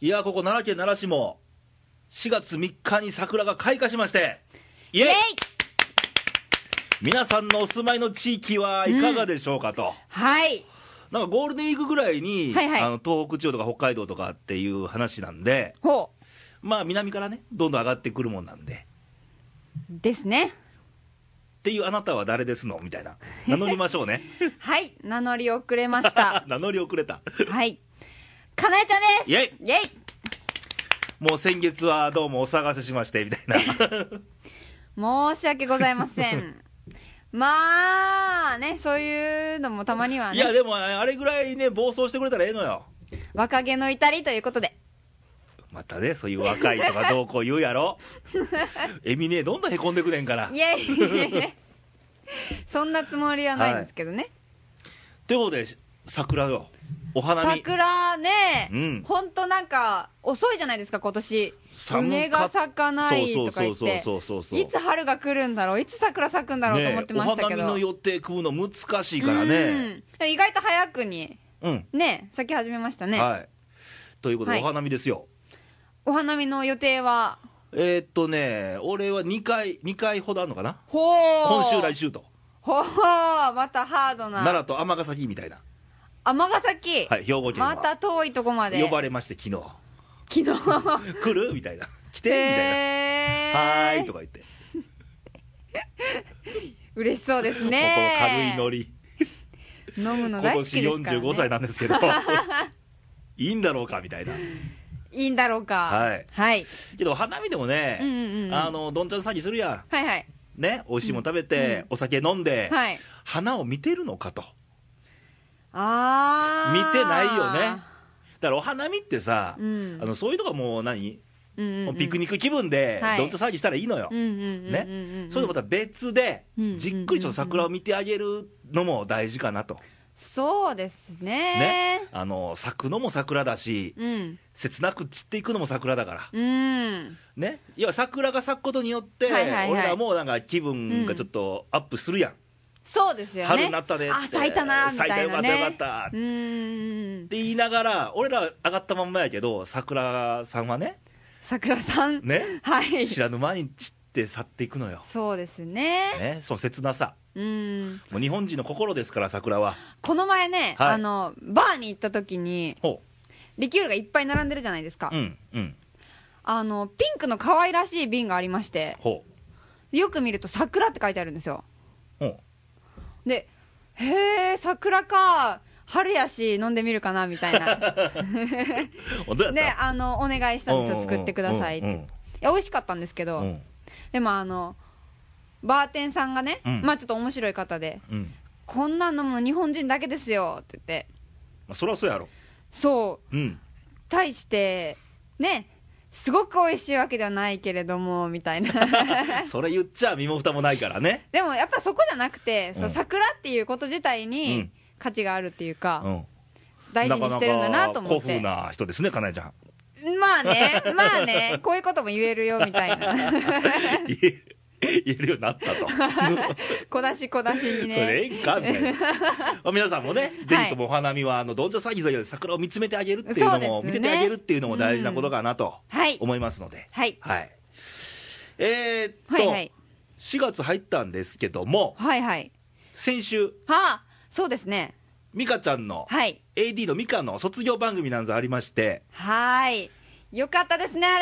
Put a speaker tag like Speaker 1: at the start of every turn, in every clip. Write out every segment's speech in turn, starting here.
Speaker 1: いや、ここ奈良県奈良市も、4月3日に桜が開花しまして、イエイ
Speaker 2: イエイ
Speaker 1: 皆さんのお住まいの地域はいかがでしょうかと。
Speaker 2: はい
Speaker 1: なんかゴールデンウィークぐらいに、
Speaker 2: はいはい
Speaker 1: あの東北地方とか北海道とかっていう話なんで、
Speaker 2: ほう
Speaker 1: まあ南からね、どんどん上がってくるもんなんで、
Speaker 2: で すね
Speaker 1: っていうあなたは誰ですのみたいな、名乗りましょ うね。
Speaker 2: はい名乗り遅れました
Speaker 1: 名乗り遅れた。
Speaker 2: はいかなえちゃんです
Speaker 1: イエ
Speaker 2: イエイ
Speaker 1: もう先月はどうもお騒がせしまして、みたいな。
Speaker 2: 申し訳ございませ んまあねそういうのもたまにはい
Speaker 1: や、
Speaker 2: ね
Speaker 1: でもあれぐらいね、暴走してくれたらええのよ。
Speaker 2: 若気の至りということで
Speaker 1: またね、そういう若いとかどうこう言うや ろ。エミね、どんどんへこんでくれんから
Speaker 2: イ。エイ そんなつもりはないんですけどね、
Speaker 1: ということで、桜よ。お花見。
Speaker 2: 桜ね、
Speaker 1: うん
Speaker 2: ほんとなんか遅いじゃないですか今年
Speaker 1: 寒かっ
Speaker 2: 梅が咲かないとか言っ
Speaker 1: そう
Speaker 2: て
Speaker 1: そうそうそうそうそう
Speaker 2: いつ春が来るんだろういつ桜咲くんだろうと思ってまし
Speaker 1: ね
Speaker 2: たけ
Speaker 1: えお花見
Speaker 2: ど、
Speaker 1: の予定組むの難しいからね。
Speaker 2: うん意外と早くに
Speaker 1: うん。
Speaker 2: ね咲き始めましたね、
Speaker 1: はい。ということで、
Speaker 2: はい
Speaker 1: お花見ですよ。
Speaker 2: お花見の予定は
Speaker 1: えーっとね、俺は2回、二回ほどあるのかな。
Speaker 2: ほう
Speaker 1: 今週、来週と。
Speaker 2: ほうまたハードな
Speaker 1: 奈良と尼崎みたいな。
Speaker 2: 尼崎、
Speaker 1: はい、兵庫県
Speaker 2: また
Speaker 1: は。
Speaker 2: 遠いとこまで
Speaker 1: 呼ばれまして、昨日。
Speaker 2: 昨日
Speaker 1: 来るみたいな。来てみたい
Speaker 2: へ
Speaker 1: な。はーいと
Speaker 2: か
Speaker 1: か言って。
Speaker 2: 嬉しそうです
Speaker 1: もうこの軽
Speaker 2: ね
Speaker 1: いノリ。
Speaker 2: 飲む
Speaker 1: 今
Speaker 2: の大好
Speaker 1: 年
Speaker 2: きですから、ね、
Speaker 1: 45歳なんです けど、いいんだろうかみたいな、
Speaker 2: いいんだろうか
Speaker 1: はい
Speaker 2: はい、
Speaker 1: けど花見でもね、
Speaker 2: うんうんうん
Speaker 1: あのどんちゃん詐欺するや
Speaker 2: はいはい
Speaker 1: ん、ね、美味しいもん食べて、お酒飲んで、
Speaker 2: はい
Speaker 1: 花を見てるのかと、
Speaker 2: あ
Speaker 1: 見
Speaker 2: ー
Speaker 1: てないよね、だからお花見ってさ、
Speaker 2: うん
Speaker 1: あのそういうとこはもう何、
Speaker 2: うんうんうん
Speaker 1: もうピクニック気分で、
Speaker 2: はい
Speaker 1: どんちゃん詐欺したらいいのよ、
Speaker 2: うんうんうんうんうんう
Speaker 1: ね
Speaker 2: ん、
Speaker 1: それとまた別で
Speaker 2: うんうんうんう、ん
Speaker 1: じっくりちょっと桜を見てあげるのも大事かなと、
Speaker 2: そうですね
Speaker 1: ね、あの咲くのも桜だし、
Speaker 2: うん
Speaker 1: 切なく散っていくのも桜だから。
Speaker 2: うん
Speaker 1: ね、要は桜が咲くことによって、
Speaker 2: はいはいはい
Speaker 1: 俺らもなんか気分がちょっとアップするやん、
Speaker 2: そうですよね
Speaker 1: 春になったねって
Speaker 2: あ咲いたなみたいな、
Speaker 1: 咲
Speaker 2: ね、
Speaker 1: いたよかったよかった
Speaker 2: うんうんうん
Speaker 1: って言いながら、俺ら上がったまんまやけど、桜さんはね、
Speaker 2: 桜さん
Speaker 1: ね
Speaker 2: はい
Speaker 1: 知らぬ間に散って去っていくのよ、
Speaker 2: そうですね
Speaker 1: ね、その切なさ、
Speaker 2: うん
Speaker 1: もう日本人の心ですから、桜は。
Speaker 2: この前ね、
Speaker 1: はい
Speaker 2: あのバーに行った時に
Speaker 1: ほ
Speaker 2: リキュールがいっぱい並んでるじゃないですか、
Speaker 1: う、うん、うん、
Speaker 2: あのピンクの可愛らしい瓶がありまして
Speaker 1: ほう、
Speaker 2: よく見ると「桜」って書いてあるんですよ
Speaker 1: ほう、
Speaker 2: でへえ桜か春やし飲んでみるかなみたいな
Speaker 1: おどうやった
Speaker 2: であのお願いしたんですよ作ってくださいって
Speaker 1: う
Speaker 2: い
Speaker 1: ん
Speaker 2: や美味しかったんですけど、
Speaker 1: うんうん
Speaker 2: でもあのバーテンさんがね、
Speaker 1: うん
Speaker 2: まあちょっと面白い方で
Speaker 1: うんうん
Speaker 2: 「こんなのも日本人だけですよ」って言って
Speaker 1: まあ、そりゃそうやろ、
Speaker 2: そう
Speaker 1: うん、
Speaker 2: 対してねすごく美味しいわけではないけれどもみたいな
Speaker 1: それ言っちゃ身も蓋もないからね、
Speaker 2: でもやっぱそこじゃなくて、そうの
Speaker 1: ん
Speaker 2: 桜っていうこと自体
Speaker 1: う
Speaker 2: に
Speaker 1: ん
Speaker 2: 価値があるっていうか、
Speaker 1: うん、
Speaker 2: 大事にしてるんだなと
Speaker 1: かなか
Speaker 2: 思っ
Speaker 1: 古
Speaker 2: て
Speaker 1: 風な人ですね、かなえ ちゃん。
Speaker 2: まあねまあねこういうことも言えるよみたいな
Speaker 1: 言え言えるようになったと、
Speaker 2: 小出し小出しに
Speaker 1: そ
Speaker 2: ね
Speaker 1: れええんかみたいな、まあ皆さんもね、ぜひともお花見は、あのどんじゃ詐欺ぞより桜を見つめてあげるっていうの
Speaker 2: そ
Speaker 1: も、
Speaker 2: うですね
Speaker 1: 見ててあげるっていうのも大事なことかなと
Speaker 2: はい
Speaker 1: 思いますので、
Speaker 2: はい
Speaker 1: はい、えーっ
Speaker 2: はい
Speaker 1: と、
Speaker 2: はい
Speaker 1: 4月入ったんですけども、
Speaker 2: はいはい
Speaker 1: 先週、
Speaker 2: はあそうですね
Speaker 1: 美香ちゃんの、
Speaker 2: はい
Speaker 1: AD の美香の卒業番組なんぞありまして、
Speaker 2: はーいよかったですねあ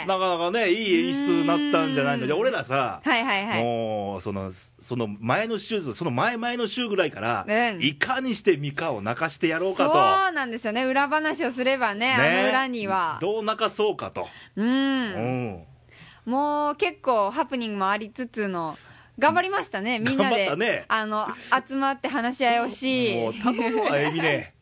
Speaker 2: れ
Speaker 1: なかなかね、いい演出になったんじゃないので、
Speaker 2: うーん
Speaker 1: 俺らさ、
Speaker 2: はいはいはい
Speaker 1: もうそのその前の週その前々の週ぐらいから、
Speaker 2: うん
Speaker 1: いかにしてミカを泣かしてやろう
Speaker 2: そ
Speaker 1: か
Speaker 2: うなんですよね裏話をすればね
Speaker 1: と、
Speaker 2: あの裏には
Speaker 1: どう泣かそうかと、
Speaker 2: う
Speaker 1: うんん、
Speaker 2: もう結構ハプニングもありつつの頑張りましたねみんな
Speaker 1: 頑張
Speaker 2: で、
Speaker 1: ったね
Speaker 2: あの集まって話し合いをし
Speaker 1: もう頼むわ、エミ ね。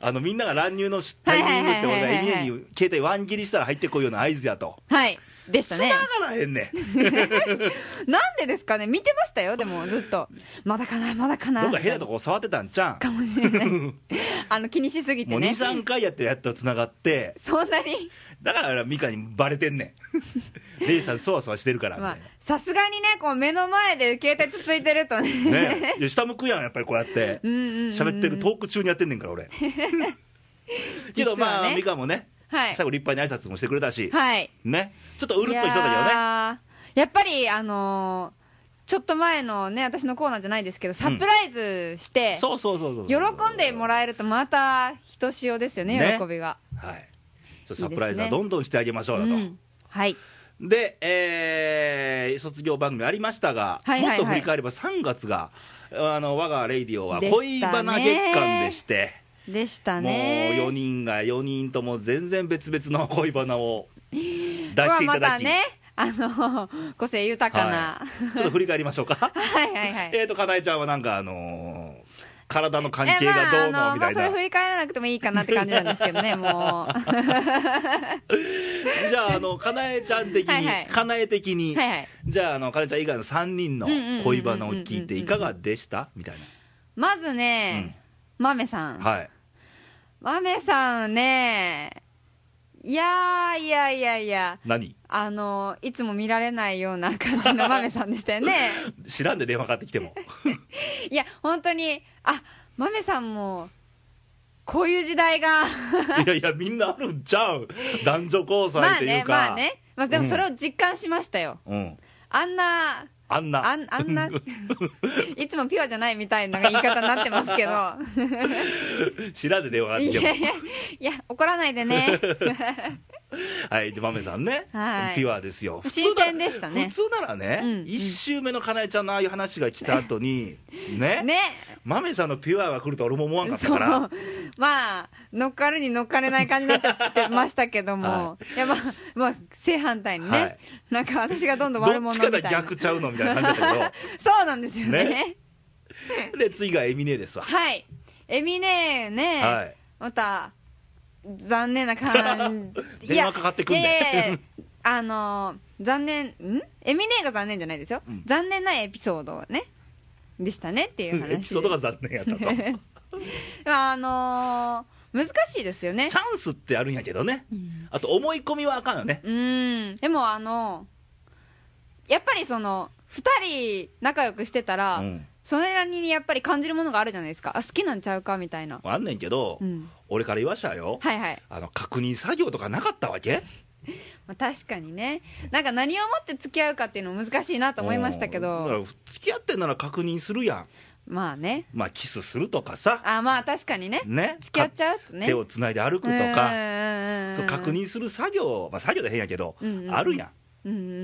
Speaker 1: あのみんなが乱入のしタイミングって
Speaker 2: は
Speaker 1: 俺
Speaker 2: いは
Speaker 1: が
Speaker 2: いはいはい
Speaker 1: エミネに携帯ワン切りしたら入ってこいような合図やと
Speaker 2: はいでした
Speaker 1: 繋
Speaker 2: ね
Speaker 1: がらへんねん
Speaker 2: なんでですかね見てましたよでもずっとまだかなまだかな
Speaker 1: どっか変なとこ触ってたんちゃ
Speaker 2: かもしれない あの気にしすぎ
Speaker 1: うも
Speaker 2: て
Speaker 1: う
Speaker 2: ね
Speaker 1: 23回やってやっと繋がって
Speaker 2: そんなに
Speaker 1: だからミカにバレてんね んレイさんそわそわしてるからみたい
Speaker 2: まあ
Speaker 1: な
Speaker 2: さすがにねこう目の前で携帯つついてるとね
Speaker 1: ね、いや下向くやんやっぱりこうやって
Speaker 2: うんうんうん
Speaker 1: 喋ってるトーク中にやってんねんから俺けどま
Speaker 2: 実は
Speaker 1: あ
Speaker 2: ね
Speaker 1: 美香もね
Speaker 2: はい
Speaker 1: 最後立派に挨拶もしてくれたし
Speaker 2: はい
Speaker 1: ねちょっとうるっとした
Speaker 2: い
Speaker 1: だ
Speaker 2: やーやっぱりあのーちょっと前のね私のコーナーじゃないですけどサプライズし
Speaker 1: けどね
Speaker 2: て、
Speaker 1: そうそうそうそう
Speaker 2: 喜んでも
Speaker 1: ら
Speaker 2: らえるとまたひとしおですよね
Speaker 1: ね
Speaker 2: 喜びが、
Speaker 1: はいそう
Speaker 2: いいです
Speaker 1: サ
Speaker 2: ね
Speaker 1: プライズはどんどんしてあげましょうよと
Speaker 2: うんはい
Speaker 1: で、えー卒業番組ありましたが、
Speaker 2: はいはいはい
Speaker 1: もっと振り返れば3月があの我がレイディオは
Speaker 2: でし
Speaker 1: 恋
Speaker 2: たね
Speaker 1: バナ月間でして
Speaker 2: でした
Speaker 1: もう
Speaker 2: ね
Speaker 1: 4人が4人とも全然別々の恋バナを出してい
Speaker 2: ここは
Speaker 1: た
Speaker 2: ま
Speaker 1: だ
Speaker 2: た
Speaker 1: き、
Speaker 2: ねあの個性豊かな、
Speaker 1: ちょっと振り返りましょうか
Speaker 2: はい、はいは い
Speaker 1: えーとかなえちゃんはなんかあのー体の関
Speaker 2: え
Speaker 1: 係がどう
Speaker 2: ま
Speaker 1: の
Speaker 2: ああの
Speaker 1: み
Speaker 2: ま
Speaker 1: た
Speaker 2: あ
Speaker 1: い
Speaker 2: そ
Speaker 1: な、
Speaker 2: れ振り返らなくてもいいかなって感じなんですけど ねもう
Speaker 1: じゃああのかなえちゃん的に、
Speaker 2: はいはい
Speaker 1: かなえ的に、
Speaker 2: はいはい
Speaker 1: じゃああのかなえちゃん以外の3人の恋バナを聞いていかがでしたみたい
Speaker 2: まずね、マメさん、
Speaker 1: なはい
Speaker 2: マメさんねいやーいやいやいや
Speaker 1: 何
Speaker 2: あのいつも見られないような感 じのマメさんでしたよね
Speaker 1: 知らんで電話かかってきて も
Speaker 2: いや本当にあマメさんもこういう時代が
Speaker 1: いやいやみんなあるんちゃう男女交際
Speaker 2: ま
Speaker 1: っ
Speaker 2: あ
Speaker 1: ていう
Speaker 2: ね
Speaker 1: か、
Speaker 2: まあね、まあ、でもそれを実感しましたよ、
Speaker 1: うん
Speaker 2: あんな
Speaker 1: あんな
Speaker 2: あんあ んないつもピュアじゃないみたいな言い方になってますけど
Speaker 1: 知らんで電話かかって
Speaker 2: い
Speaker 1: きても
Speaker 2: やいやいや怒らない でね
Speaker 1: はいでまめさんね、
Speaker 2: はい
Speaker 1: ピュアですよ
Speaker 2: 新鮮
Speaker 1: で
Speaker 2: でしたね
Speaker 1: 普通ならね、
Speaker 2: うん
Speaker 1: 一周目のかなえちゃんのああいう話が来た後 にね
Speaker 2: ね
Speaker 1: まめさんのピュアが来るとは俺も思わんかった
Speaker 2: そう
Speaker 1: から
Speaker 2: まあ乗っかるに乗っかれない感じになっちゃってましたけども、、
Speaker 1: はい
Speaker 2: やまあまあ正反対にね、
Speaker 1: はい
Speaker 2: なんか私がどんどん悪
Speaker 1: どっ
Speaker 2: 者
Speaker 1: ち
Speaker 2: み
Speaker 1: か
Speaker 2: た
Speaker 1: が
Speaker 2: いな
Speaker 1: 逆ちゃうのみたいな感じだった
Speaker 2: そうなんですよね
Speaker 1: ね けどで次がエミネですわ
Speaker 2: はいエミネーね、
Speaker 1: はい
Speaker 2: また残念な感 じ
Speaker 1: 電話かかってくんね
Speaker 2: いやいやい やいやあのー残念んエミネーが残念じゃないですよ、
Speaker 1: うん
Speaker 2: 残念なエピソードをねでしたねっていう話で
Speaker 1: エピソードが残念 やったとチャ
Speaker 2: ま ああのー難しいですよね
Speaker 1: ンスってあるんやけどねあと思い込みはあかんよね
Speaker 2: うんでもあのやっぱりその2人仲良くしてたら、
Speaker 1: うん
Speaker 2: それなりにやっぱり感じるものがあるじゃないですかあ好きなんちゃうかみたいな、
Speaker 1: あんねんけど、
Speaker 2: うん、
Speaker 1: 俺から言わしたよ、
Speaker 2: はいはい、
Speaker 1: あの確認作業とかなかったわけ
Speaker 2: まあ、確かにねなんか何をもって付き合うかっていうのも難しいなと思いましたけ
Speaker 1: うんだ
Speaker 2: ど
Speaker 1: から付き合ってんなら確認するやん
Speaker 2: まあね
Speaker 1: まあキスするとかさ
Speaker 2: あまあ確かにね
Speaker 1: ね
Speaker 2: 付き合っちゃうと
Speaker 1: か
Speaker 2: ね
Speaker 1: 手をつないで歩くと
Speaker 2: うん
Speaker 1: か、
Speaker 2: うんうん
Speaker 1: そう確認する作業、まあ、作業で変やけど、
Speaker 2: うんうん
Speaker 1: あるやん
Speaker 2: うんうんうんうんう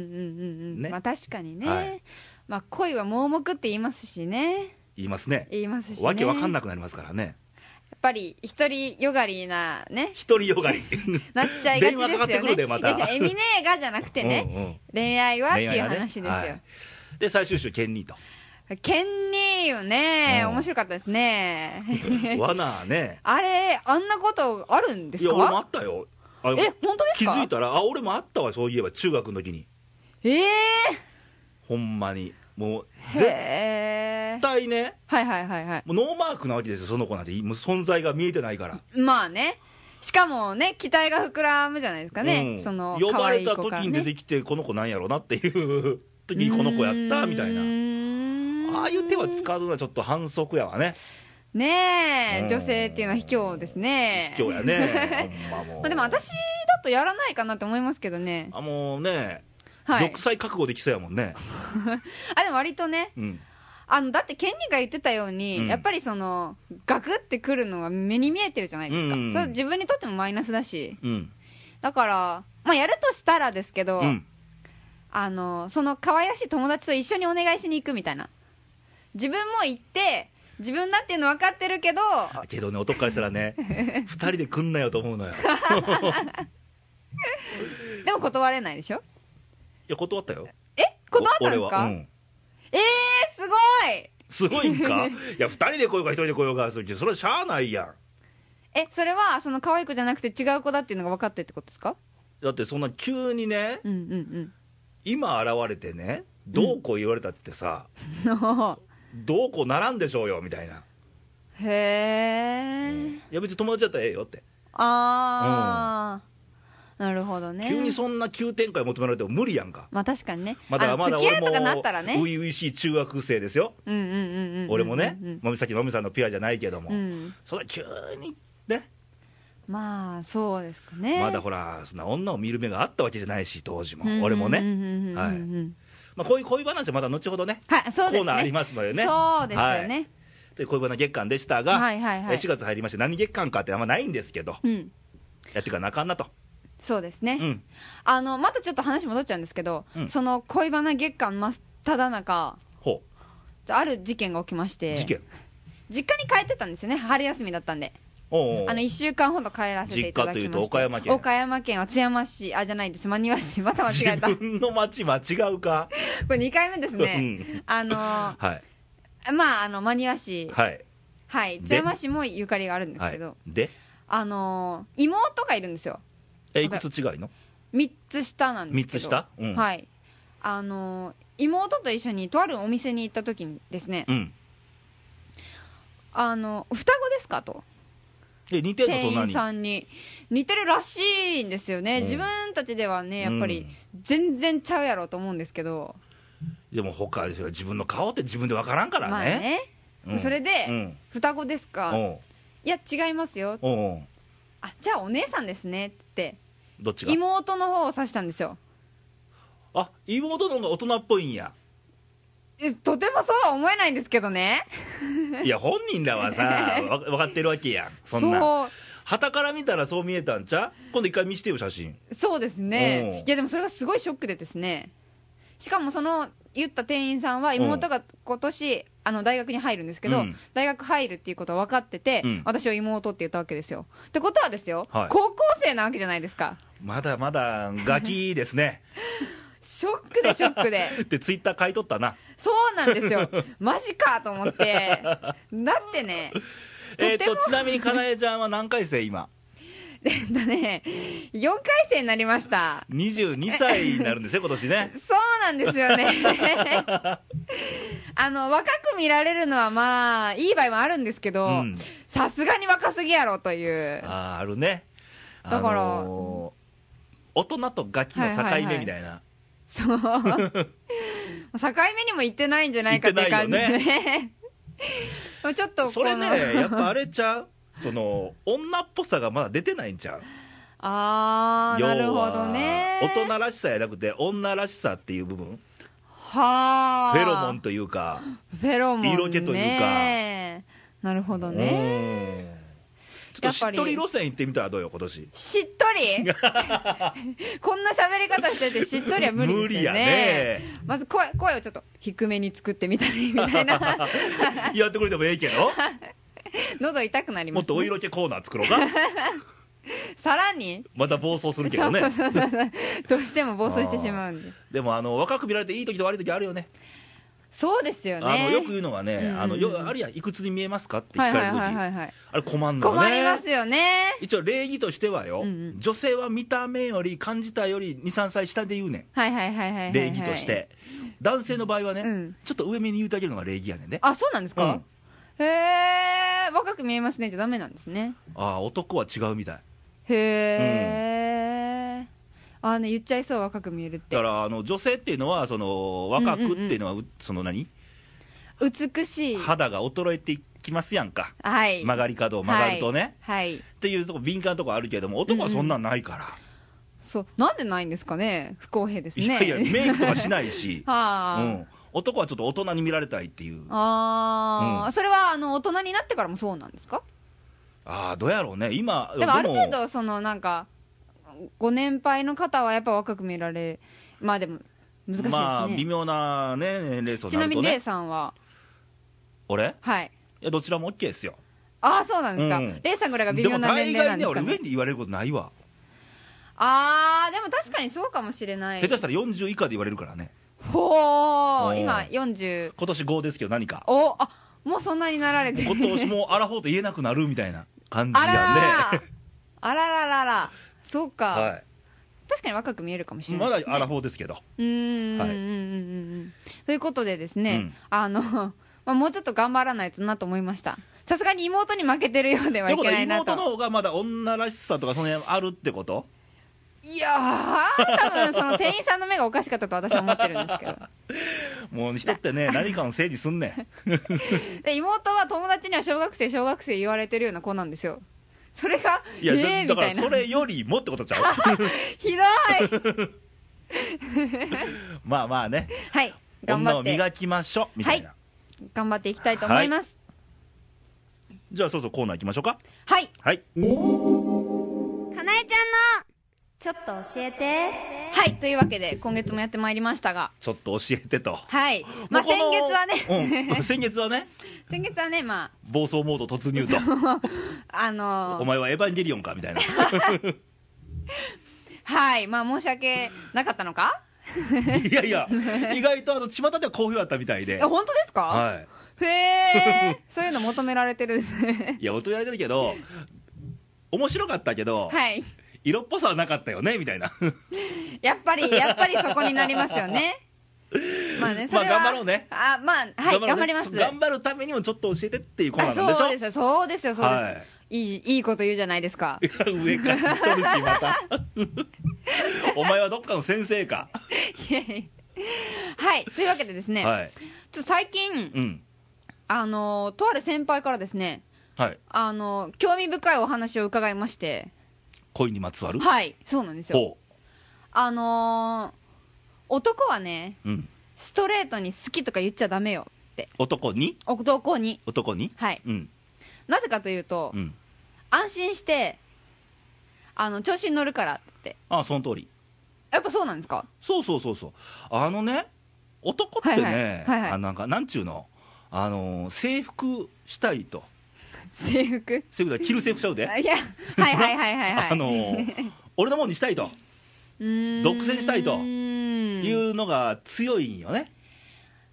Speaker 2: ん、
Speaker 1: ね
Speaker 2: まあ確かにね、
Speaker 1: はい
Speaker 2: まあ恋は盲目って言いますしね
Speaker 1: 言いますね
Speaker 2: 言いますしね
Speaker 1: わけわかん
Speaker 2: や
Speaker 1: なくなりますからね
Speaker 2: っぱり一人よがりなね
Speaker 1: 独りよがり
Speaker 2: なっちゃいがち
Speaker 1: 電話かかっ
Speaker 2: です
Speaker 1: てく
Speaker 2: よ
Speaker 1: る
Speaker 2: ね。
Speaker 1: でまた
Speaker 2: いやいやエミネーがじゃなくてね、
Speaker 1: うんうん
Speaker 2: 恋愛はって
Speaker 1: 恋愛
Speaker 2: いう
Speaker 1: はね
Speaker 2: 話ですよ。
Speaker 1: はいで最終週ケン ニーと
Speaker 2: ケンニーよね、
Speaker 1: うん
Speaker 2: 面白かったですね。
Speaker 1: 罠はね
Speaker 2: あれ、あんなことあるんで
Speaker 1: い
Speaker 2: す
Speaker 1: や俺もあ
Speaker 2: か
Speaker 1: ったよあ
Speaker 2: え、本当です
Speaker 1: 気
Speaker 2: か
Speaker 1: づいたらあ俺もあったわそういえば中学の時に
Speaker 2: え
Speaker 1: ほんまにもう
Speaker 2: ー、
Speaker 1: 絶
Speaker 2: へー。
Speaker 1: 対ね
Speaker 2: はいはいはいは
Speaker 1: もうノーマークなわけですよ、その子なんて、もう存在が見えてないから。
Speaker 2: い。まあね。しかもね、期待が膨らむじゃないですかね。
Speaker 1: うん
Speaker 2: その、
Speaker 1: 呼ばれた
Speaker 2: 可愛い子から
Speaker 1: 時
Speaker 2: ね
Speaker 1: に出てきて、この子なんやろうなっていう時に、この子やったみたいうな、
Speaker 2: ーん
Speaker 1: ああいう手は使うのはちょっと反則やわね、
Speaker 2: ねえ、
Speaker 1: うん
Speaker 2: 女性っていうのは卑怯ですね。
Speaker 1: 卑怯やね、ほんまもう。
Speaker 2: まあでも私だとやらないかなと思いますけどね。
Speaker 1: あもうね、
Speaker 2: はい
Speaker 1: 玉。砕覚悟できそうやもんね、
Speaker 2: あ、でも割とね、
Speaker 1: うん、
Speaker 2: あの、だってケンニーが言ってたように、
Speaker 1: うん
Speaker 2: やっぱりその、ガクってくるのが目に見えてるじゃないですか。
Speaker 1: うんうんうん
Speaker 2: それ自分にとってもマイナスだし。
Speaker 1: うん、
Speaker 2: だから、まあやるとしたらですけど、
Speaker 1: うん、
Speaker 2: あの、その可愛らしい友達と一緒にお願いしに行くみたいな。自分も行って、自分だっていうの分かってるけど、
Speaker 1: けどね、男からしたらね、2人で来んなよと思うのよ、い
Speaker 2: でも断れないでしょ
Speaker 1: や、断ったよ、
Speaker 2: え断ったんです
Speaker 1: お俺は、
Speaker 2: か、
Speaker 1: うん、
Speaker 2: えー、
Speaker 1: す
Speaker 2: すごい
Speaker 1: ごいんか、いや、2人で来ようか、1人で来ようか、それそれはしゃあないやん。
Speaker 2: え、それは、その可愛い子じゃなくて違う子だっていうのが分かってってことですか
Speaker 1: だってそんな急にね
Speaker 2: うんうん
Speaker 1: 今現れてねどうこう言われたってさ、
Speaker 2: うん。
Speaker 1: どうこうならんでしょうよみたいな
Speaker 2: へえ。
Speaker 1: いや別に友達だったらええよって、
Speaker 2: ああ、なるほどね。
Speaker 1: 急にそんな急展開求められても無理やんか
Speaker 2: まあ確かにね。
Speaker 1: まだ
Speaker 2: あの
Speaker 1: まだ
Speaker 2: 付き合
Speaker 1: 俺
Speaker 2: うとかなったらね。
Speaker 1: も初々しい中学生ですよ、
Speaker 2: うんうんうんうんうんうん。
Speaker 1: 俺もね
Speaker 2: うん
Speaker 1: まみさっきのみさんのピュアじゃないけども、
Speaker 2: うん。
Speaker 1: そんな急にね
Speaker 2: まあそうですかね
Speaker 1: まだほらそんな女を見る目があったわけじゃないし当時も、
Speaker 2: うんうんうんうん
Speaker 1: 俺もね、
Speaker 2: うんうんうん
Speaker 1: はいまあ、こういう恋話はまた後ほどね
Speaker 2: はいそうですね
Speaker 1: コーナーありますのでね
Speaker 2: そうですよ
Speaker 1: はい
Speaker 2: ね
Speaker 1: という恋バナ月間でしたが、
Speaker 2: はいはいは
Speaker 1: え
Speaker 2: い
Speaker 1: 4月入りまして何月間かってあんまないんですけど
Speaker 2: うん
Speaker 1: やっていかなあかんなと、
Speaker 2: そうですね、
Speaker 1: うん、
Speaker 2: あのまたちょっと話戻っちゃうんですけど、
Speaker 1: うん
Speaker 2: その恋バナ月間真っただ中
Speaker 1: ほう、
Speaker 2: ある事件が起きまして
Speaker 1: 事件
Speaker 2: 実家に帰ってたんですよね春休みだったんで
Speaker 1: おうおう
Speaker 2: あの1週間ほど帰らせていただきまし
Speaker 1: 実
Speaker 2: て
Speaker 1: 家というと岡山県
Speaker 2: 岡山県厚山市あじゃないです真庭市また間違 えた
Speaker 1: 自
Speaker 2: こ
Speaker 1: 分の町間違うか、
Speaker 2: れ2回目です
Speaker 1: う
Speaker 2: ね
Speaker 1: ん
Speaker 2: あのー
Speaker 1: はい
Speaker 2: まああの真庭市
Speaker 1: はい
Speaker 2: はい津
Speaker 1: で
Speaker 2: 山市もゆかりがあるんです
Speaker 1: は
Speaker 2: け
Speaker 1: い
Speaker 2: ど、
Speaker 1: で
Speaker 2: あのー妹がいるんですよ
Speaker 1: えいくつ違いの
Speaker 2: 3つ下なんですけど
Speaker 1: 三つ下うん
Speaker 2: はいあのー妹と一緒にとあるお店に行った時にですね、
Speaker 1: うん
Speaker 2: あの双子ですかと
Speaker 1: え似てんのそ
Speaker 2: 店
Speaker 1: んな
Speaker 2: 員
Speaker 1: に
Speaker 2: さんに似てるらしいんですよね、
Speaker 1: うん
Speaker 2: 自分たちではねやっぱり全然ちゃうやろうと思うんですけど、
Speaker 1: でも他でしょ自分の顔って自分で分からんからね,、
Speaker 2: まあね、
Speaker 1: うん
Speaker 2: それで、
Speaker 1: うん
Speaker 2: 双子ですか、
Speaker 1: おう
Speaker 2: いや違いますよ
Speaker 1: おうおう
Speaker 2: あじゃあお姉さんですねって
Speaker 1: どっちが
Speaker 2: 妹の方を指したんですよ
Speaker 1: あ妹の方が大人っぽいん や
Speaker 2: えとてもそうは思えないんですけどね
Speaker 1: いや本人らはさわ分かってるわけやんそんな
Speaker 2: そう
Speaker 1: はたから見たらそう見えたんちゃう今度一回見してよ写真
Speaker 2: そうですね
Speaker 1: おう
Speaker 2: いやでもそれがすごいショックでですねしかもその言った店員さんは妹が今年あの大学に入るんですけど、
Speaker 1: うん
Speaker 2: 大学入るっていうことは分かってて、
Speaker 1: うん
Speaker 2: 私を妹って言ったわけですよってことはですよ、
Speaker 1: はい
Speaker 2: 高校生なわけじゃないですか
Speaker 1: まだまだガキですね
Speaker 2: ショックでショッ クで
Speaker 1: でツイッター買い取った な
Speaker 2: そうなんですよマジかと思ってだってね
Speaker 1: えっ
Speaker 2: とて
Speaker 1: と
Speaker 2: も
Speaker 1: ちなみにかなえちゃんは何回生今
Speaker 2: えっとね4回生になりました
Speaker 1: 22歳になるん ですよ今年ね
Speaker 2: そうなんです よねあの若く見られるのはまあいい場合もあるんですけ
Speaker 1: う
Speaker 2: ど
Speaker 1: ん
Speaker 2: さすがに若すぎやろという
Speaker 1: あーあるね
Speaker 2: だから
Speaker 1: あのー大人とガキの境目みたいな
Speaker 2: そう境目にも行ってないんじゃないかっていう感じです
Speaker 1: 行っ
Speaker 2: ねもうちょっとこの
Speaker 1: それねやっぱあれちゃうその女っぽさがまだ出てないんちゃう
Speaker 2: ああ
Speaker 1: 要
Speaker 2: な
Speaker 1: は
Speaker 2: るほどね
Speaker 1: 大人らしさやなくて女らしさっていう部分
Speaker 2: はあ
Speaker 1: フェロモンというか
Speaker 2: フェロモンね
Speaker 1: 色気という
Speaker 2: なるほどね
Speaker 1: うんちょっとしっとり路線行ってみたらどうよ今年
Speaker 2: しっとりこんな喋り方しててしっとりは無理ですよね
Speaker 1: 無理やね
Speaker 2: まず声声をちょっと低めに作ってみたりみた いな
Speaker 1: やってくれてもええけど
Speaker 2: 喉痛くなり
Speaker 1: も
Speaker 2: ま
Speaker 1: っ
Speaker 2: す、
Speaker 1: とお色気コーナー作ろうか
Speaker 2: さらに
Speaker 1: また暴走するけどね
Speaker 2: どうしても暴走してしまうんで
Speaker 1: でもあの若く見られていい時と悪い時あるよね
Speaker 2: そうですよね
Speaker 1: あのよく言うのはね、
Speaker 2: うん
Speaker 1: あのよあるやんいくつに見えますかって
Speaker 2: は
Speaker 1: 聞
Speaker 2: い
Speaker 1: か
Speaker 2: は
Speaker 1: れ
Speaker 2: い
Speaker 1: る時、
Speaker 2: はいはいはい
Speaker 1: あれ困んのよね
Speaker 2: 困りますよね
Speaker 1: 一応礼儀としてはよ、
Speaker 2: うんうん
Speaker 1: 女性は見た目より感じたより23歳下で言うね
Speaker 2: はいはいはいはいはいはい
Speaker 1: ん礼儀として、男性の場合はね、
Speaker 2: うん
Speaker 1: ちょっと上目に言うてあげるのが礼儀やねんねあ
Speaker 2: あそうなんですか、へえ若く見えますねじゃダメなんですね
Speaker 1: あー男は違うみたい
Speaker 2: へえ、あね言っちゃいそう若く見えるって
Speaker 1: だからあの女性っていうのはその若くっていうのは、うその何
Speaker 2: 美しい
Speaker 1: 肌が衰えていきますやんか
Speaker 2: はい
Speaker 1: 曲がり角を曲がるとね、
Speaker 2: はい、はい
Speaker 1: っていうとこ敏感なとこあるけども男はそんなんないから、
Speaker 2: そうなんでないんですかね不公平ですね、
Speaker 1: いやいやメイクとかしないし
Speaker 2: は
Speaker 1: う
Speaker 2: あ、
Speaker 1: ん、男はちょっと大人に見られたいっていう
Speaker 2: あー、
Speaker 1: うん
Speaker 2: それはあの大人になってからもそうなんですか
Speaker 1: ああどうやろうね今
Speaker 2: でもある程度そのなんかご年配の方はやっぱ若く見られまあでも難しいですね、
Speaker 1: まあ微妙なね年齢層
Speaker 2: ち
Speaker 1: にな
Speaker 2: な
Speaker 1: る
Speaker 2: み
Speaker 1: と
Speaker 2: にレイ
Speaker 1: ね
Speaker 2: さんは
Speaker 1: 俺
Speaker 2: はい
Speaker 1: いやどちらも OK ですよ
Speaker 2: ああそうなんですか、
Speaker 1: うん
Speaker 2: レイさんぐらいが微
Speaker 1: で
Speaker 2: 妙
Speaker 1: も
Speaker 2: な年
Speaker 1: 大
Speaker 2: 齢な
Speaker 1: 概
Speaker 2: ん
Speaker 1: ね
Speaker 2: ですか
Speaker 1: 俺
Speaker 2: ね
Speaker 1: 上に言われることないわ
Speaker 2: ああでも確かにそうかもしれない
Speaker 1: 下手したら40以下で言われるからね
Speaker 2: ほ
Speaker 1: う
Speaker 2: うん今40
Speaker 1: 今年5ですけど何 か
Speaker 2: おあもうそんなになられて
Speaker 1: 今年もアラフォーと言えなくなるみたいな感じ
Speaker 2: あ
Speaker 1: なん
Speaker 2: ら
Speaker 1: で
Speaker 2: ーあららららそうか、
Speaker 1: は
Speaker 2: 確かに若く見えるかもし
Speaker 1: い
Speaker 2: れな
Speaker 1: ま
Speaker 2: い
Speaker 1: だ
Speaker 2: です、ね、
Speaker 1: アラフォーですけど
Speaker 2: うーん、
Speaker 1: はい
Speaker 2: うんうんうんうんということでですね、
Speaker 1: うん
Speaker 2: あの、 まあ、もうちょっと頑張らないとなと思いましたさすがに妹に負けてるようで
Speaker 1: っ
Speaker 2: は
Speaker 1: て
Speaker 2: い
Speaker 1: こ
Speaker 2: け
Speaker 1: とは
Speaker 2: ないなと
Speaker 1: 妹の方がまだ女らしさとかその辺あるってこと
Speaker 2: いやー多分その店員さんの目がおかしかったと私は思ってる んですけど
Speaker 1: もう人ってね何かのせいにすんねん
Speaker 2: で妹は友達には小学生小学生言われてるような子なんですよそれが
Speaker 1: いや、
Speaker 2: ええ
Speaker 1: だ
Speaker 2: み
Speaker 1: だか
Speaker 2: た
Speaker 1: ら
Speaker 2: いな
Speaker 1: それよりもってことちゃう
Speaker 2: ひどい
Speaker 1: まあまあね
Speaker 2: はい頑
Speaker 1: 女
Speaker 2: 張
Speaker 1: を
Speaker 2: って
Speaker 1: 磨きましょうみたいな、
Speaker 2: 頑張っていきたいと思います
Speaker 1: じゃあそうそうコーナー行きましょうか
Speaker 2: はい、
Speaker 1: はい
Speaker 3: かなえちゃんのちょっと教えて
Speaker 2: はいというわけで今月もやってまいりましたが
Speaker 1: ちょっと教えてと
Speaker 2: はいまあ
Speaker 1: もう
Speaker 2: 先
Speaker 1: この
Speaker 2: 月はね
Speaker 1: うん、 先月はね
Speaker 2: 先月はねま
Speaker 1: 暴走モード突入と
Speaker 2: ああ
Speaker 1: お
Speaker 2: のー
Speaker 1: 前はエヴァンゲリオンかみ たいな
Speaker 2: はいまあ申し訳なかったのか
Speaker 1: いやいや意外とあの巷では好評だったみたいで
Speaker 2: え本当ですか、
Speaker 1: は
Speaker 2: へえそういうの求められてるんですね
Speaker 1: いいや音やれてるけど面白かったけど、
Speaker 2: はい
Speaker 1: 色っぽさはなかったよねみたいな
Speaker 2: やっぱりやっぱりそこになりますよねまあねそれ
Speaker 1: ま
Speaker 2: は、
Speaker 1: あ頑張ろうね
Speaker 2: あまあはい頑張,、
Speaker 1: ろうね
Speaker 2: ります
Speaker 1: そう頑張るためにもちょっと教えてっていうコーナ
Speaker 2: あ
Speaker 1: ーなんでしょ
Speaker 2: そうですよそうですよそうです、、
Speaker 1: はい
Speaker 2: いいいこと言うじゃないですか
Speaker 1: 上から来とるしまた お前はどっかの先生か、
Speaker 2: いやいやはいというわけでですね、
Speaker 1: はい
Speaker 2: ちょっと最近
Speaker 1: うん
Speaker 2: あのとある先輩からですね
Speaker 1: はい
Speaker 2: あの興味深いお話を伺いまして
Speaker 1: 恋にまつわる
Speaker 2: はいそうなんですよ
Speaker 1: ほ
Speaker 2: あの男はね
Speaker 1: う、うん、
Speaker 2: ストレートに好きとか言っちゃダメよって
Speaker 1: 男に
Speaker 2: 男に
Speaker 1: 男に
Speaker 2: はい
Speaker 1: うん
Speaker 2: なぜかというと、
Speaker 1: うん
Speaker 2: 安心してあの調子に乗るからって
Speaker 1: あその通り
Speaker 2: やっぱそうなんですか
Speaker 1: そうそうそうそうあのね男ってね、
Speaker 2: はいはいはいはい
Speaker 1: あなんかなんちゅうのあのー制服したいと
Speaker 2: 制服
Speaker 1: 制服だ着る制服しちゃうで
Speaker 2: あいやはいはいはいはいは い
Speaker 1: あのー俺のもんにしたいと
Speaker 2: うーん
Speaker 1: 独占したいと
Speaker 2: うーん
Speaker 1: いうのが強いんよね、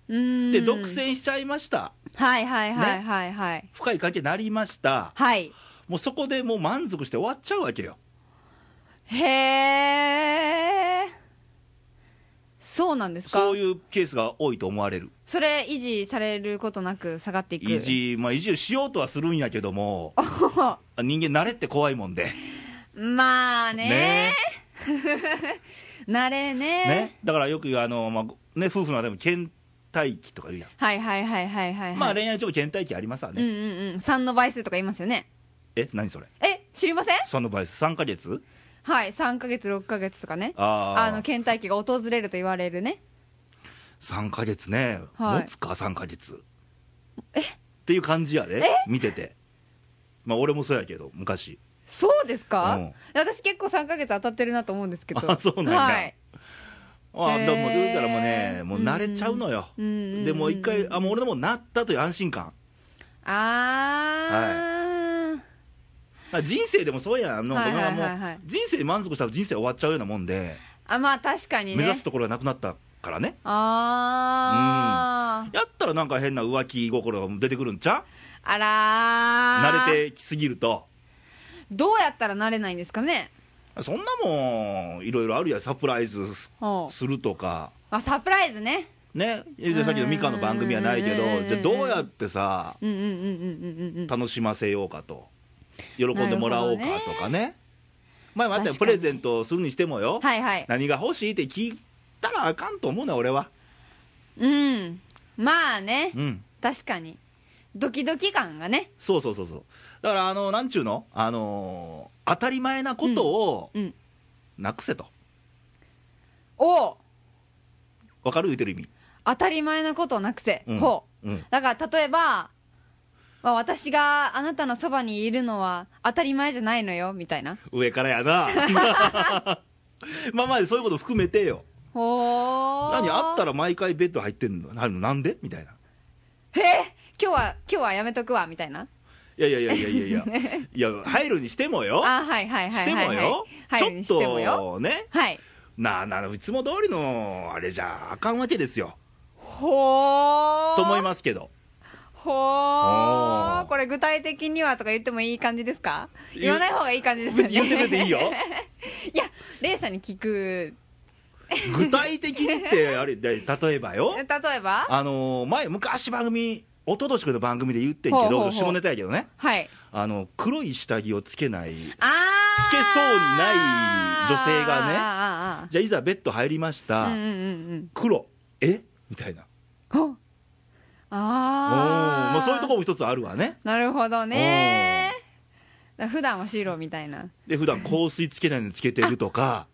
Speaker 2: うーん
Speaker 1: で独占しちゃいました
Speaker 2: はいはいはいはいはい、
Speaker 1: 深い関係になりました
Speaker 2: はい
Speaker 1: もうそこでもう満足して終わっちゃうわけよ
Speaker 2: へえそうなんですか
Speaker 1: そういうケースが多いと思われる
Speaker 2: それ維持されることなく下がっていく
Speaker 1: 維持まあ維持しようとはするんやけども 人間慣れって怖いもんで
Speaker 2: まあね慣れね
Speaker 1: ねだからよく言うあの、まあね、夫婦の間でも倦怠期とか言うやん、
Speaker 2: はいはいはいはいはいはい
Speaker 1: まあ恋愛上も倦怠期ありますわ
Speaker 2: う
Speaker 1: ね、
Speaker 2: んうんうん3の倍数とか言いますよね
Speaker 1: え何それ
Speaker 2: え知りません
Speaker 1: その場合3ヶ月
Speaker 2: はい3ヶ月6ヶ月とかね
Speaker 1: あ
Speaker 2: あ
Speaker 1: あ
Speaker 2: の倦怠期が訪れると言われるね
Speaker 1: 3ヶ月ね、
Speaker 2: はい
Speaker 1: 持つか3ヶ月っていう感じやで見ててまあ俺もそうやけど昔
Speaker 2: そうですか、
Speaker 1: うん
Speaker 2: 私結構3ヶ月当たってるなと思うんですけど
Speaker 1: あそうなんや
Speaker 2: はい、
Speaker 1: ああ
Speaker 2: へ
Speaker 1: だから
Speaker 2: ー
Speaker 1: もう言うたらもうねもう慣れちゃうのよ、
Speaker 2: うんうんうん
Speaker 1: でもう一回あもう俺のもんなったという安心感
Speaker 2: あー、
Speaker 1: まあ人生でもそうやんあの、
Speaker 2: はいはいはい
Speaker 1: 俺はも
Speaker 2: は
Speaker 1: う
Speaker 2: い
Speaker 1: 人生で満足したら人生終わっちゃうようなもんで、
Speaker 2: あまあ確かにね
Speaker 1: 目指すところがなくなったからね
Speaker 2: あー、
Speaker 1: やったらなんか変な浮気心が出てくるんちゃ
Speaker 2: あ
Speaker 1: う
Speaker 2: らー
Speaker 1: 慣れてきすぎると
Speaker 2: どうやったら慣れないんですかね
Speaker 1: そんなもんいろいろあるやんサプライズ
Speaker 2: ほう
Speaker 1: するとか
Speaker 2: あサプライズね
Speaker 1: ねじゃあさっきのミカの番組はないけ
Speaker 2: うんうん
Speaker 1: ど
Speaker 2: うんうん
Speaker 1: じゃあどうやってさ
Speaker 2: うんうんうんうんうんうん
Speaker 1: 楽しませようかと喜んでもらおうか
Speaker 2: なるほ
Speaker 1: とかね前もあったよ
Speaker 2: 確
Speaker 1: プ
Speaker 2: か
Speaker 1: レ
Speaker 2: に
Speaker 1: ゼントをするにしてもよ、
Speaker 2: はいはい
Speaker 1: 何が欲しいって聞いたらあかんと思うな俺は
Speaker 2: うんまあね
Speaker 1: うん
Speaker 2: 確かにドキドキ感がね
Speaker 1: そうそうそうそうだからあのなんちゅうのあのー当たり前なことを
Speaker 2: うん
Speaker 1: なくせと
Speaker 2: お
Speaker 1: わかる言うてる意味
Speaker 2: 当たり前のことをなくせ、
Speaker 1: うん
Speaker 2: ほう、
Speaker 1: うん
Speaker 2: だから例えば、まあ、私があなたのそばにいるのは当たり前じゃないのよみたいな
Speaker 1: 上からやな まあまあそういうこと含めてよ
Speaker 2: ほー
Speaker 1: 何あったら毎回ベッド入ってんのなるのなんでみたいな
Speaker 2: へえ今日は今日はやめとくわみたいない
Speaker 1: やいやいやいやいや いやいや入るにしてもよ
Speaker 2: あはいはい
Speaker 1: し
Speaker 2: はい
Speaker 1: て
Speaker 2: はい
Speaker 1: も
Speaker 2: はい
Speaker 1: よ、
Speaker 2: 入るに
Speaker 1: ち
Speaker 2: してもよ
Speaker 1: ょっとね
Speaker 2: はい
Speaker 1: なあなあいつも通りのあれじゃあかんわけですよ
Speaker 2: ほー
Speaker 1: と思いますけ ど
Speaker 2: ほ
Speaker 1: おー
Speaker 2: ーこれ具体的にはとか言ってもいい感じですか
Speaker 1: 言う
Speaker 2: 言わない方がいい感じですよ
Speaker 1: 別
Speaker 2: ね
Speaker 1: に言ってくれていいよ
Speaker 2: いやレイさんに聞く
Speaker 1: 具体的にってあれで例えばよ
Speaker 2: 例えば
Speaker 1: あのー前昔番組一昨年の番組で言ってんけ
Speaker 2: ほうほうほ
Speaker 1: ど
Speaker 2: う
Speaker 1: 下ネタやけどね
Speaker 2: はい
Speaker 1: あの黒い下着をつけない
Speaker 2: あー
Speaker 1: つけそうにない女性がね
Speaker 2: あーあーあ
Speaker 1: じゃあいざベッド入りました、
Speaker 2: ーうんうん
Speaker 1: 黒えみたいな
Speaker 2: うんうん
Speaker 1: う
Speaker 2: ほ
Speaker 1: ん
Speaker 2: ああ
Speaker 1: まあそういうところも一つあるわね
Speaker 2: なるほどねら普段は白みたいな
Speaker 1: で普段香水つけないのにつけてるとか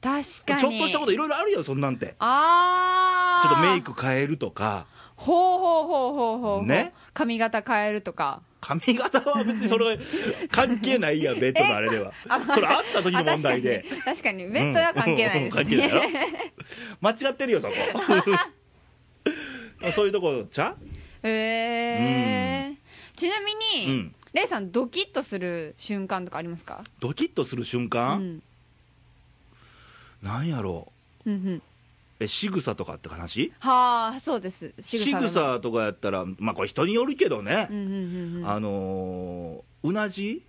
Speaker 2: 確
Speaker 1: ちょ
Speaker 2: か
Speaker 1: っ
Speaker 2: に
Speaker 1: としたこといろいろあるよそんなんて
Speaker 2: あ
Speaker 1: ちょ
Speaker 2: あ
Speaker 1: っとメイク変えるとか
Speaker 2: ほうほうほうほうほう
Speaker 1: ね
Speaker 2: 髪型変えるとか
Speaker 1: 髪型は別にそれは関係ないやんベッドのあれで はそれあった時の
Speaker 2: あ
Speaker 1: 問
Speaker 2: 確か
Speaker 1: 題
Speaker 2: に
Speaker 1: で
Speaker 2: 確かにベッドは関係な
Speaker 1: うん
Speaker 2: いです
Speaker 1: うんうん関係
Speaker 2: ね
Speaker 1: 間違ってるよそこそういうとこちゃ
Speaker 2: えーちなみ
Speaker 1: う
Speaker 2: に、
Speaker 1: うん
Speaker 2: レイさんドキッとする瞬間とかありますか
Speaker 1: ドキッとする瞬
Speaker 2: う
Speaker 1: 間、
Speaker 2: ん
Speaker 1: なんやろ
Speaker 2: うんうん
Speaker 1: うえ仕草とかって話
Speaker 2: はあそうです仕
Speaker 1: 仕
Speaker 2: 草だな
Speaker 1: 草とかやったらまあこれ人によるけどね
Speaker 2: う、んうんうんうん
Speaker 1: あのーうなじ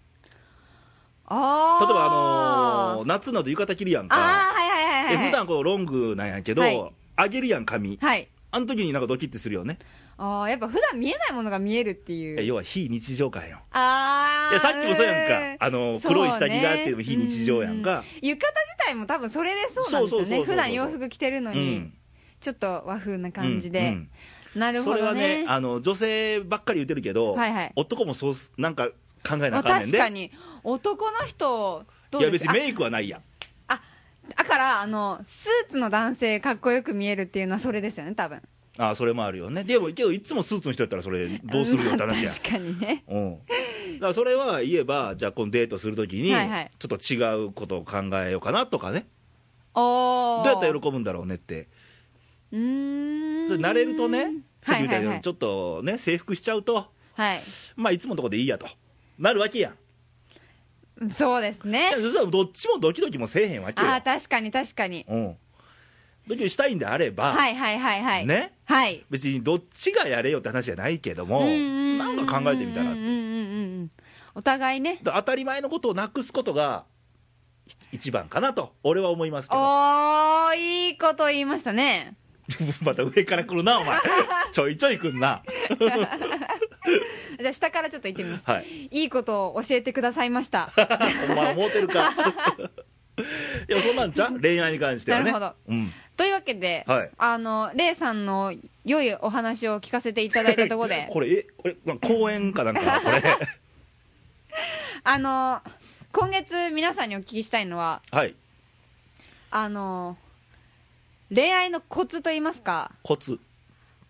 Speaker 2: あ
Speaker 1: 例
Speaker 2: ー
Speaker 1: えばあのー夏のと浴衣着るやんか
Speaker 2: あーはいはいはい
Speaker 1: で
Speaker 2: はい
Speaker 1: 普段こうロングなんやけど、
Speaker 2: はい
Speaker 1: 上げるやん髪
Speaker 2: はい
Speaker 1: あの時になんかドキッてするよね
Speaker 2: ああやっぱ普段見えないものが見えるっていう
Speaker 1: え要は非日常感よ
Speaker 2: あ
Speaker 1: い
Speaker 2: あ
Speaker 1: やさっきもそうやんかあのー黒い下着があっても非日常やんか、
Speaker 2: 浴衣自体も多分それでそうなんです
Speaker 1: そうそうそう
Speaker 2: よ
Speaker 1: そう
Speaker 2: ね普段洋服着てるの
Speaker 1: う
Speaker 2: に、
Speaker 1: ん
Speaker 2: ちょっと和風な感じで、
Speaker 1: うんうん
Speaker 2: なるほ
Speaker 1: それ
Speaker 2: ど
Speaker 1: は
Speaker 2: ね
Speaker 1: ねあの女性ばっかり言ってるけど、
Speaker 2: はいはい
Speaker 1: 男もそうすなんか考えな
Speaker 2: ま
Speaker 1: あ
Speaker 2: あ
Speaker 1: かんねん
Speaker 2: 確
Speaker 1: で
Speaker 2: かに男の人ど
Speaker 1: いうや
Speaker 2: で
Speaker 1: 別
Speaker 2: す
Speaker 1: にメイクはないやん
Speaker 2: あだからあのスーツの男性かっこよく見えるっていうのはそれですよね多分
Speaker 1: ああそれもあるよねでもけどいつもスーツの人やったらそれどうするよって話 やん、
Speaker 2: 確かにね
Speaker 1: うん、だからそれは言えばじゃあこのデートするときに
Speaker 2: はいはい
Speaker 1: ちょっと違うことを考えようかなとかねど
Speaker 2: おお
Speaker 1: うやったら喜ぶんだろうねって
Speaker 2: うーん
Speaker 1: それ慣れるとねさっ
Speaker 2: は
Speaker 1: き
Speaker 2: い
Speaker 1: みた
Speaker 2: はい
Speaker 1: い
Speaker 2: は
Speaker 1: に
Speaker 2: い
Speaker 1: ちょっとね制服しちゃうと
Speaker 2: はい
Speaker 1: まあいつものとこでいいやとなるわけやん
Speaker 2: そうです
Speaker 1: い
Speaker 2: ね
Speaker 1: や そしたらどっちもドキドキもせえへんわけよ
Speaker 2: ああ確かに確かに
Speaker 1: うん、ドキドキしたいんであれば、
Speaker 2: はいはいはいはい
Speaker 1: ね
Speaker 2: はい
Speaker 1: 別にどっちがやれよって話じゃないけども、
Speaker 2: うんうんうん
Speaker 1: なんか考えてみたら、
Speaker 2: うんうんうんうんお互いね
Speaker 1: だ当たり前のことをなくすことがひ一番かなと俺は思いますけど
Speaker 2: おーいいこと言いましたね
Speaker 1: また上から来るなお 前ちょいちょい来んな
Speaker 2: じゃあ下からちょっと言ってみます
Speaker 1: はい
Speaker 2: いいことを教えてくださいました
Speaker 1: お前思うてるか いやそんなんじゃん恋愛に関してはね
Speaker 2: なるほ
Speaker 1: う
Speaker 2: ど
Speaker 1: ん、
Speaker 2: というわけで、
Speaker 1: はい
Speaker 2: あのレイさんの良いお話を聞かせていただいたところ で
Speaker 1: これえこれなんか公園かなんかなこれ
Speaker 2: あの今月皆さんにお聞きしたいのは
Speaker 1: はい
Speaker 2: あの恋愛のコツといいますか
Speaker 1: コツ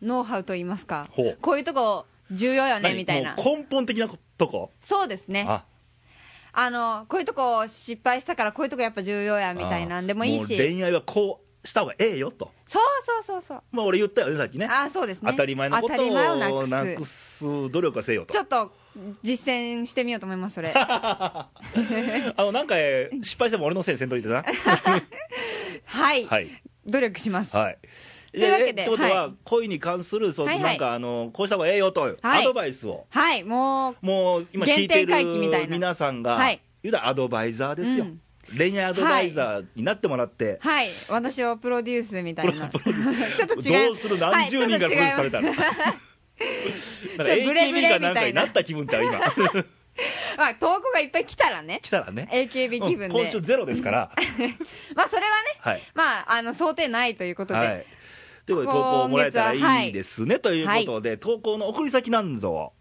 Speaker 2: ノウハウといいますか
Speaker 1: ほう
Speaker 2: こういうとこ重要よね
Speaker 1: 何
Speaker 2: みたいな
Speaker 1: もう根本的なことこ
Speaker 2: そうですね
Speaker 1: あ
Speaker 2: あのこういうとこ失敗したからこういうとこやっぱ重要やみたいなんでもいい
Speaker 1: あー
Speaker 2: し
Speaker 1: 恋愛はこうした方がええよと
Speaker 2: そうそうそうそう
Speaker 1: まあ俺言ったよねさっきね
Speaker 2: ああそうですね
Speaker 1: 当たり前のこ
Speaker 2: 当たり前をな
Speaker 1: とをな
Speaker 2: く
Speaker 1: く
Speaker 2: す
Speaker 1: す努力はせよと
Speaker 2: ちょっと実践してみようと思いますそ れ
Speaker 1: あのなんかえー失敗しても俺のせいにせんといてな
Speaker 2: はい、
Speaker 1: はい
Speaker 2: 努力します、
Speaker 1: はい
Speaker 2: というわけで
Speaker 1: えってことは、
Speaker 2: は
Speaker 1: 恋に関するそう、
Speaker 2: はいはい
Speaker 1: なんかあのこうした方がええよという
Speaker 2: はい
Speaker 1: アドバイスを
Speaker 2: はい、もう
Speaker 1: もう今聞いて
Speaker 2: 原点回帰みたい
Speaker 1: る
Speaker 2: な
Speaker 1: 皆さんが、
Speaker 2: はい
Speaker 1: 言うたらアドバイザーですよ、
Speaker 2: うん
Speaker 1: 恋愛アドバイザーになってもらって、
Speaker 2: はい私をプロデュースみたいな ちょっと違う
Speaker 1: どうする何十人からプロデュースされ たら、なんか
Speaker 2: ちょっとブレブ
Speaker 1: AKB
Speaker 2: レ
Speaker 1: かな
Speaker 2: みた
Speaker 1: い
Speaker 2: なん
Speaker 1: かになった気分ちゃう今
Speaker 2: まあ、投稿がいっぱい来たらね
Speaker 1: 来たらね
Speaker 2: AKB 気分
Speaker 1: うん
Speaker 2: で、
Speaker 1: 今週ゼロです から
Speaker 2: まあそれはね、
Speaker 1: はい
Speaker 2: まああの想定ないということで、
Speaker 1: はい、ということで投稿もらえた
Speaker 2: 今月は
Speaker 1: ら
Speaker 2: はいい
Speaker 1: いですね、ということで、投稿の送り先なんぞ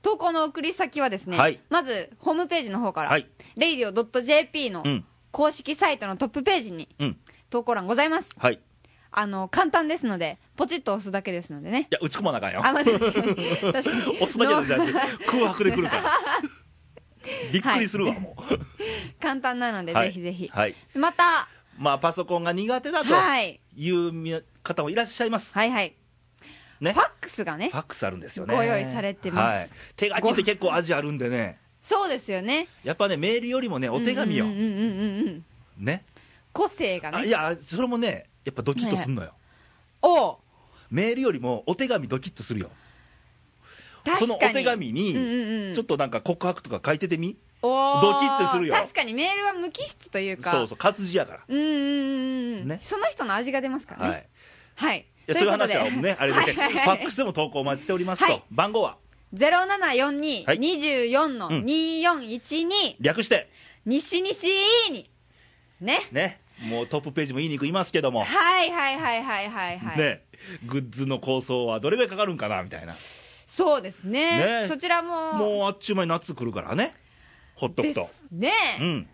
Speaker 2: 投稿の送り先はですね、
Speaker 1: はい
Speaker 2: まずホームページの方から、
Speaker 1: はい、
Speaker 2: radio.jp の
Speaker 1: うん
Speaker 2: 公式サイトのトップページに
Speaker 1: うん
Speaker 2: 投稿欄ございます
Speaker 1: はいい
Speaker 2: あの簡単ですのでポチッと押すだけですのでね
Speaker 1: や打ち込まなあかんよ
Speaker 2: あ、まあ、確かに確か に
Speaker 1: 押すだけじゃなくて空白でくるからびっくりするわもう、
Speaker 2: 簡単なので、
Speaker 1: はい
Speaker 2: ぜひぜひ、
Speaker 1: はい
Speaker 2: また
Speaker 1: まあパソコンが苦手だと
Speaker 2: はい
Speaker 1: いうみ方もいらっしゃいます、
Speaker 2: はいはい
Speaker 1: ね
Speaker 2: ファックスがね
Speaker 1: ファックスあるんですよね
Speaker 2: ご用意されてます
Speaker 1: はい、手書きって結構味あるんでね
Speaker 2: そうですよね
Speaker 1: やっぱねメールよりもねお手紙よ、
Speaker 2: うんうんうんうんうん
Speaker 1: ね
Speaker 2: 個性が
Speaker 1: あい
Speaker 2: ね
Speaker 1: やそれもねやっぱドキッとすんのよ、
Speaker 2: おう
Speaker 1: メールよりもお手紙ドキッとするよ
Speaker 2: 確かに
Speaker 1: そのお手紙に、
Speaker 2: うんうんうん
Speaker 1: ちょっとなんか告白とか書いててみ、
Speaker 2: おー
Speaker 1: ドキッてするよ
Speaker 2: 確かにメールは無機質というか
Speaker 1: そうそう、活字やか
Speaker 2: うんうんうんうん、
Speaker 1: ね、
Speaker 2: その人の味が出ますかららね
Speaker 1: は
Speaker 2: はいい、、
Speaker 1: いや
Speaker 2: と
Speaker 1: そ
Speaker 2: いう
Speaker 1: いうう
Speaker 2: ことで
Speaker 1: 話はね、あれで、
Speaker 2: はいはいはい
Speaker 1: ファックスでも投稿お待ちしておりますと、
Speaker 2: はい
Speaker 1: 番号ははい
Speaker 2: 074224の
Speaker 1: うん
Speaker 2: 2412、
Speaker 1: 略して、
Speaker 2: 西西にね
Speaker 1: ね、もうトップページも言いにくいますけども、
Speaker 2: はいはいはいはいはいはい、
Speaker 1: ね、グッズの構想はどれぐらいかかるんかなみたいな、
Speaker 2: そうですね
Speaker 1: ね
Speaker 2: そちらも
Speaker 1: もうあっちゅう間に夏来るからね、ほっとく
Speaker 2: で
Speaker 1: と
Speaker 2: すね
Speaker 1: う
Speaker 2: え、
Speaker 1: ん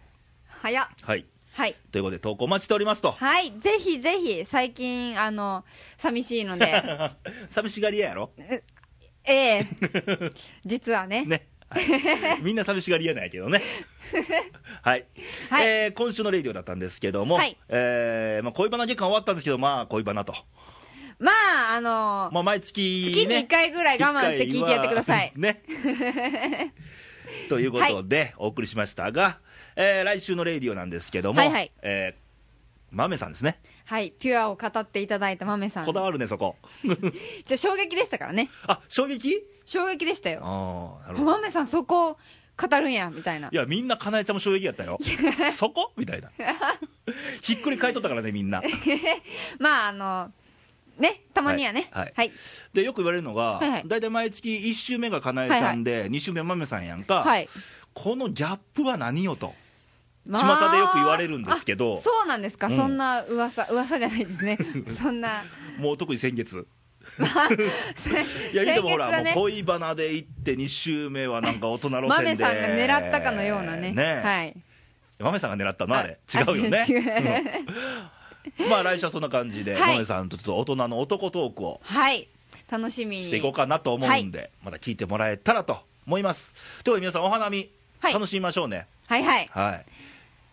Speaker 2: 早っ
Speaker 1: はい
Speaker 2: はい
Speaker 1: ということで投稿お待ちしておりますと
Speaker 2: はいぜひぜひ最近あの寂しい ので
Speaker 1: 寂しがり屋やろ
Speaker 2: ええ実はね
Speaker 1: ね、はいみんな寂しがり屋なんやけ どねはい、
Speaker 2: はい
Speaker 1: えー今週のレイディオだったんですけども、
Speaker 2: はい
Speaker 1: えーまあ、恋バナ月間終わったんですけどまあ恋バナと、
Speaker 2: まああの、
Speaker 1: まあ、毎月、ね、
Speaker 2: 月に1回ぐらい我慢して聞いてやってください
Speaker 1: 一回はね。 ということで、お送りしましたが、えー来週のレイディオなんですけども、
Speaker 2: はいはい
Speaker 1: えーマメさんですね。
Speaker 2: はいピュアを語っていただいたまめさん
Speaker 1: こだわるね、そこ。
Speaker 2: じゃ衝撃でしたからね
Speaker 1: あ、衝撃
Speaker 2: 衝撃でしたよ
Speaker 1: ああ、なるほど。
Speaker 2: まめさんそこを語るんやみたいない
Speaker 1: や、みんな、かなえちゃんも衝撃やった よ。そこみたいな。ひっくり返っとったからね、みんな。
Speaker 2: まああのねたまにはね
Speaker 1: は
Speaker 2: はいい、
Speaker 1: で、よく言われるのが
Speaker 2: はいは、い
Speaker 1: 大体毎月1週目がかなえちゃんで、2週目はマメさんやんか、
Speaker 2: はい
Speaker 1: このギャップは何よと。
Speaker 2: ま
Speaker 1: 巷でよく言われるんですけど
Speaker 2: あそうなんですか、
Speaker 1: うん
Speaker 2: そんな噂噂じゃないで すねそんな
Speaker 1: もう特に先月。
Speaker 2: せ
Speaker 1: いや
Speaker 2: 先
Speaker 1: でもほら、
Speaker 2: 月はね
Speaker 1: もう恋バナで行って2週目はなんか大人路
Speaker 2: ま
Speaker 1: 線で
Speaker 2: めさんが狙ったかのようなね
Speaker 1: ね
Speaker 2: はい
Speaker 1: えまめさんが狙ったのあれ
Speaker 2: あ
Speaker 1: 違うよ
Speaker 2: 違
Speaker 1: ね、うんまあ来週はそんな感じで、
Speaker 2: はい
Speaker 1: まめさんとちょっと大人の男トークを
Speaker 2: はい楽しみに
Speaker 1: していこうかなと思うんで、また聞いてもらえたらと思いますということで皆さんお花見、
Speaker 2: はい
Speaker 1: 楽しみましょうね
Speaker 2: はいはい
Speaker 1: はい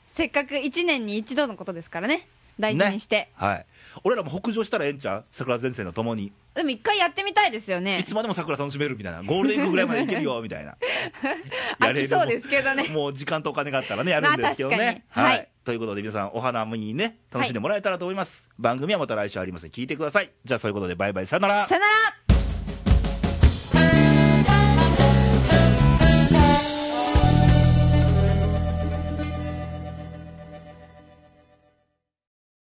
Speaker 2: せっかく1年に一度のことですからね大事にして、
Speaker 1: ねはい、俺らも北上したらええんちゃう桜前線とともに、
Speaker 2: でも一回やってみたいですよ
Speaker 1: い
Speaker 2: ね
Speaker 1: つまでも桜楽しめるみたいなゴールデンウィークぐらいまで行けるよみ たいなや
Speaker 2: 飽
Speaker 1: れ
Speaker 2: き
Speaker 1: る
Speaker 2: そうですけどね
Speaker 1: もう時間とお金があったらね、やるんですけど
Speaker 2: まあ
Speaker 1: ね
Speaker 2: 確。かに
Speaker 1: は
Speaker 2: はいい。
Speaker 1: ということで、皆さん、お花見にね、楽しんでもらえたらと思います。番組はまた来週ありますので、聞いてください。じゃあ、そういうことで、バイバイ、さよなら。
Speaker 2: さよなら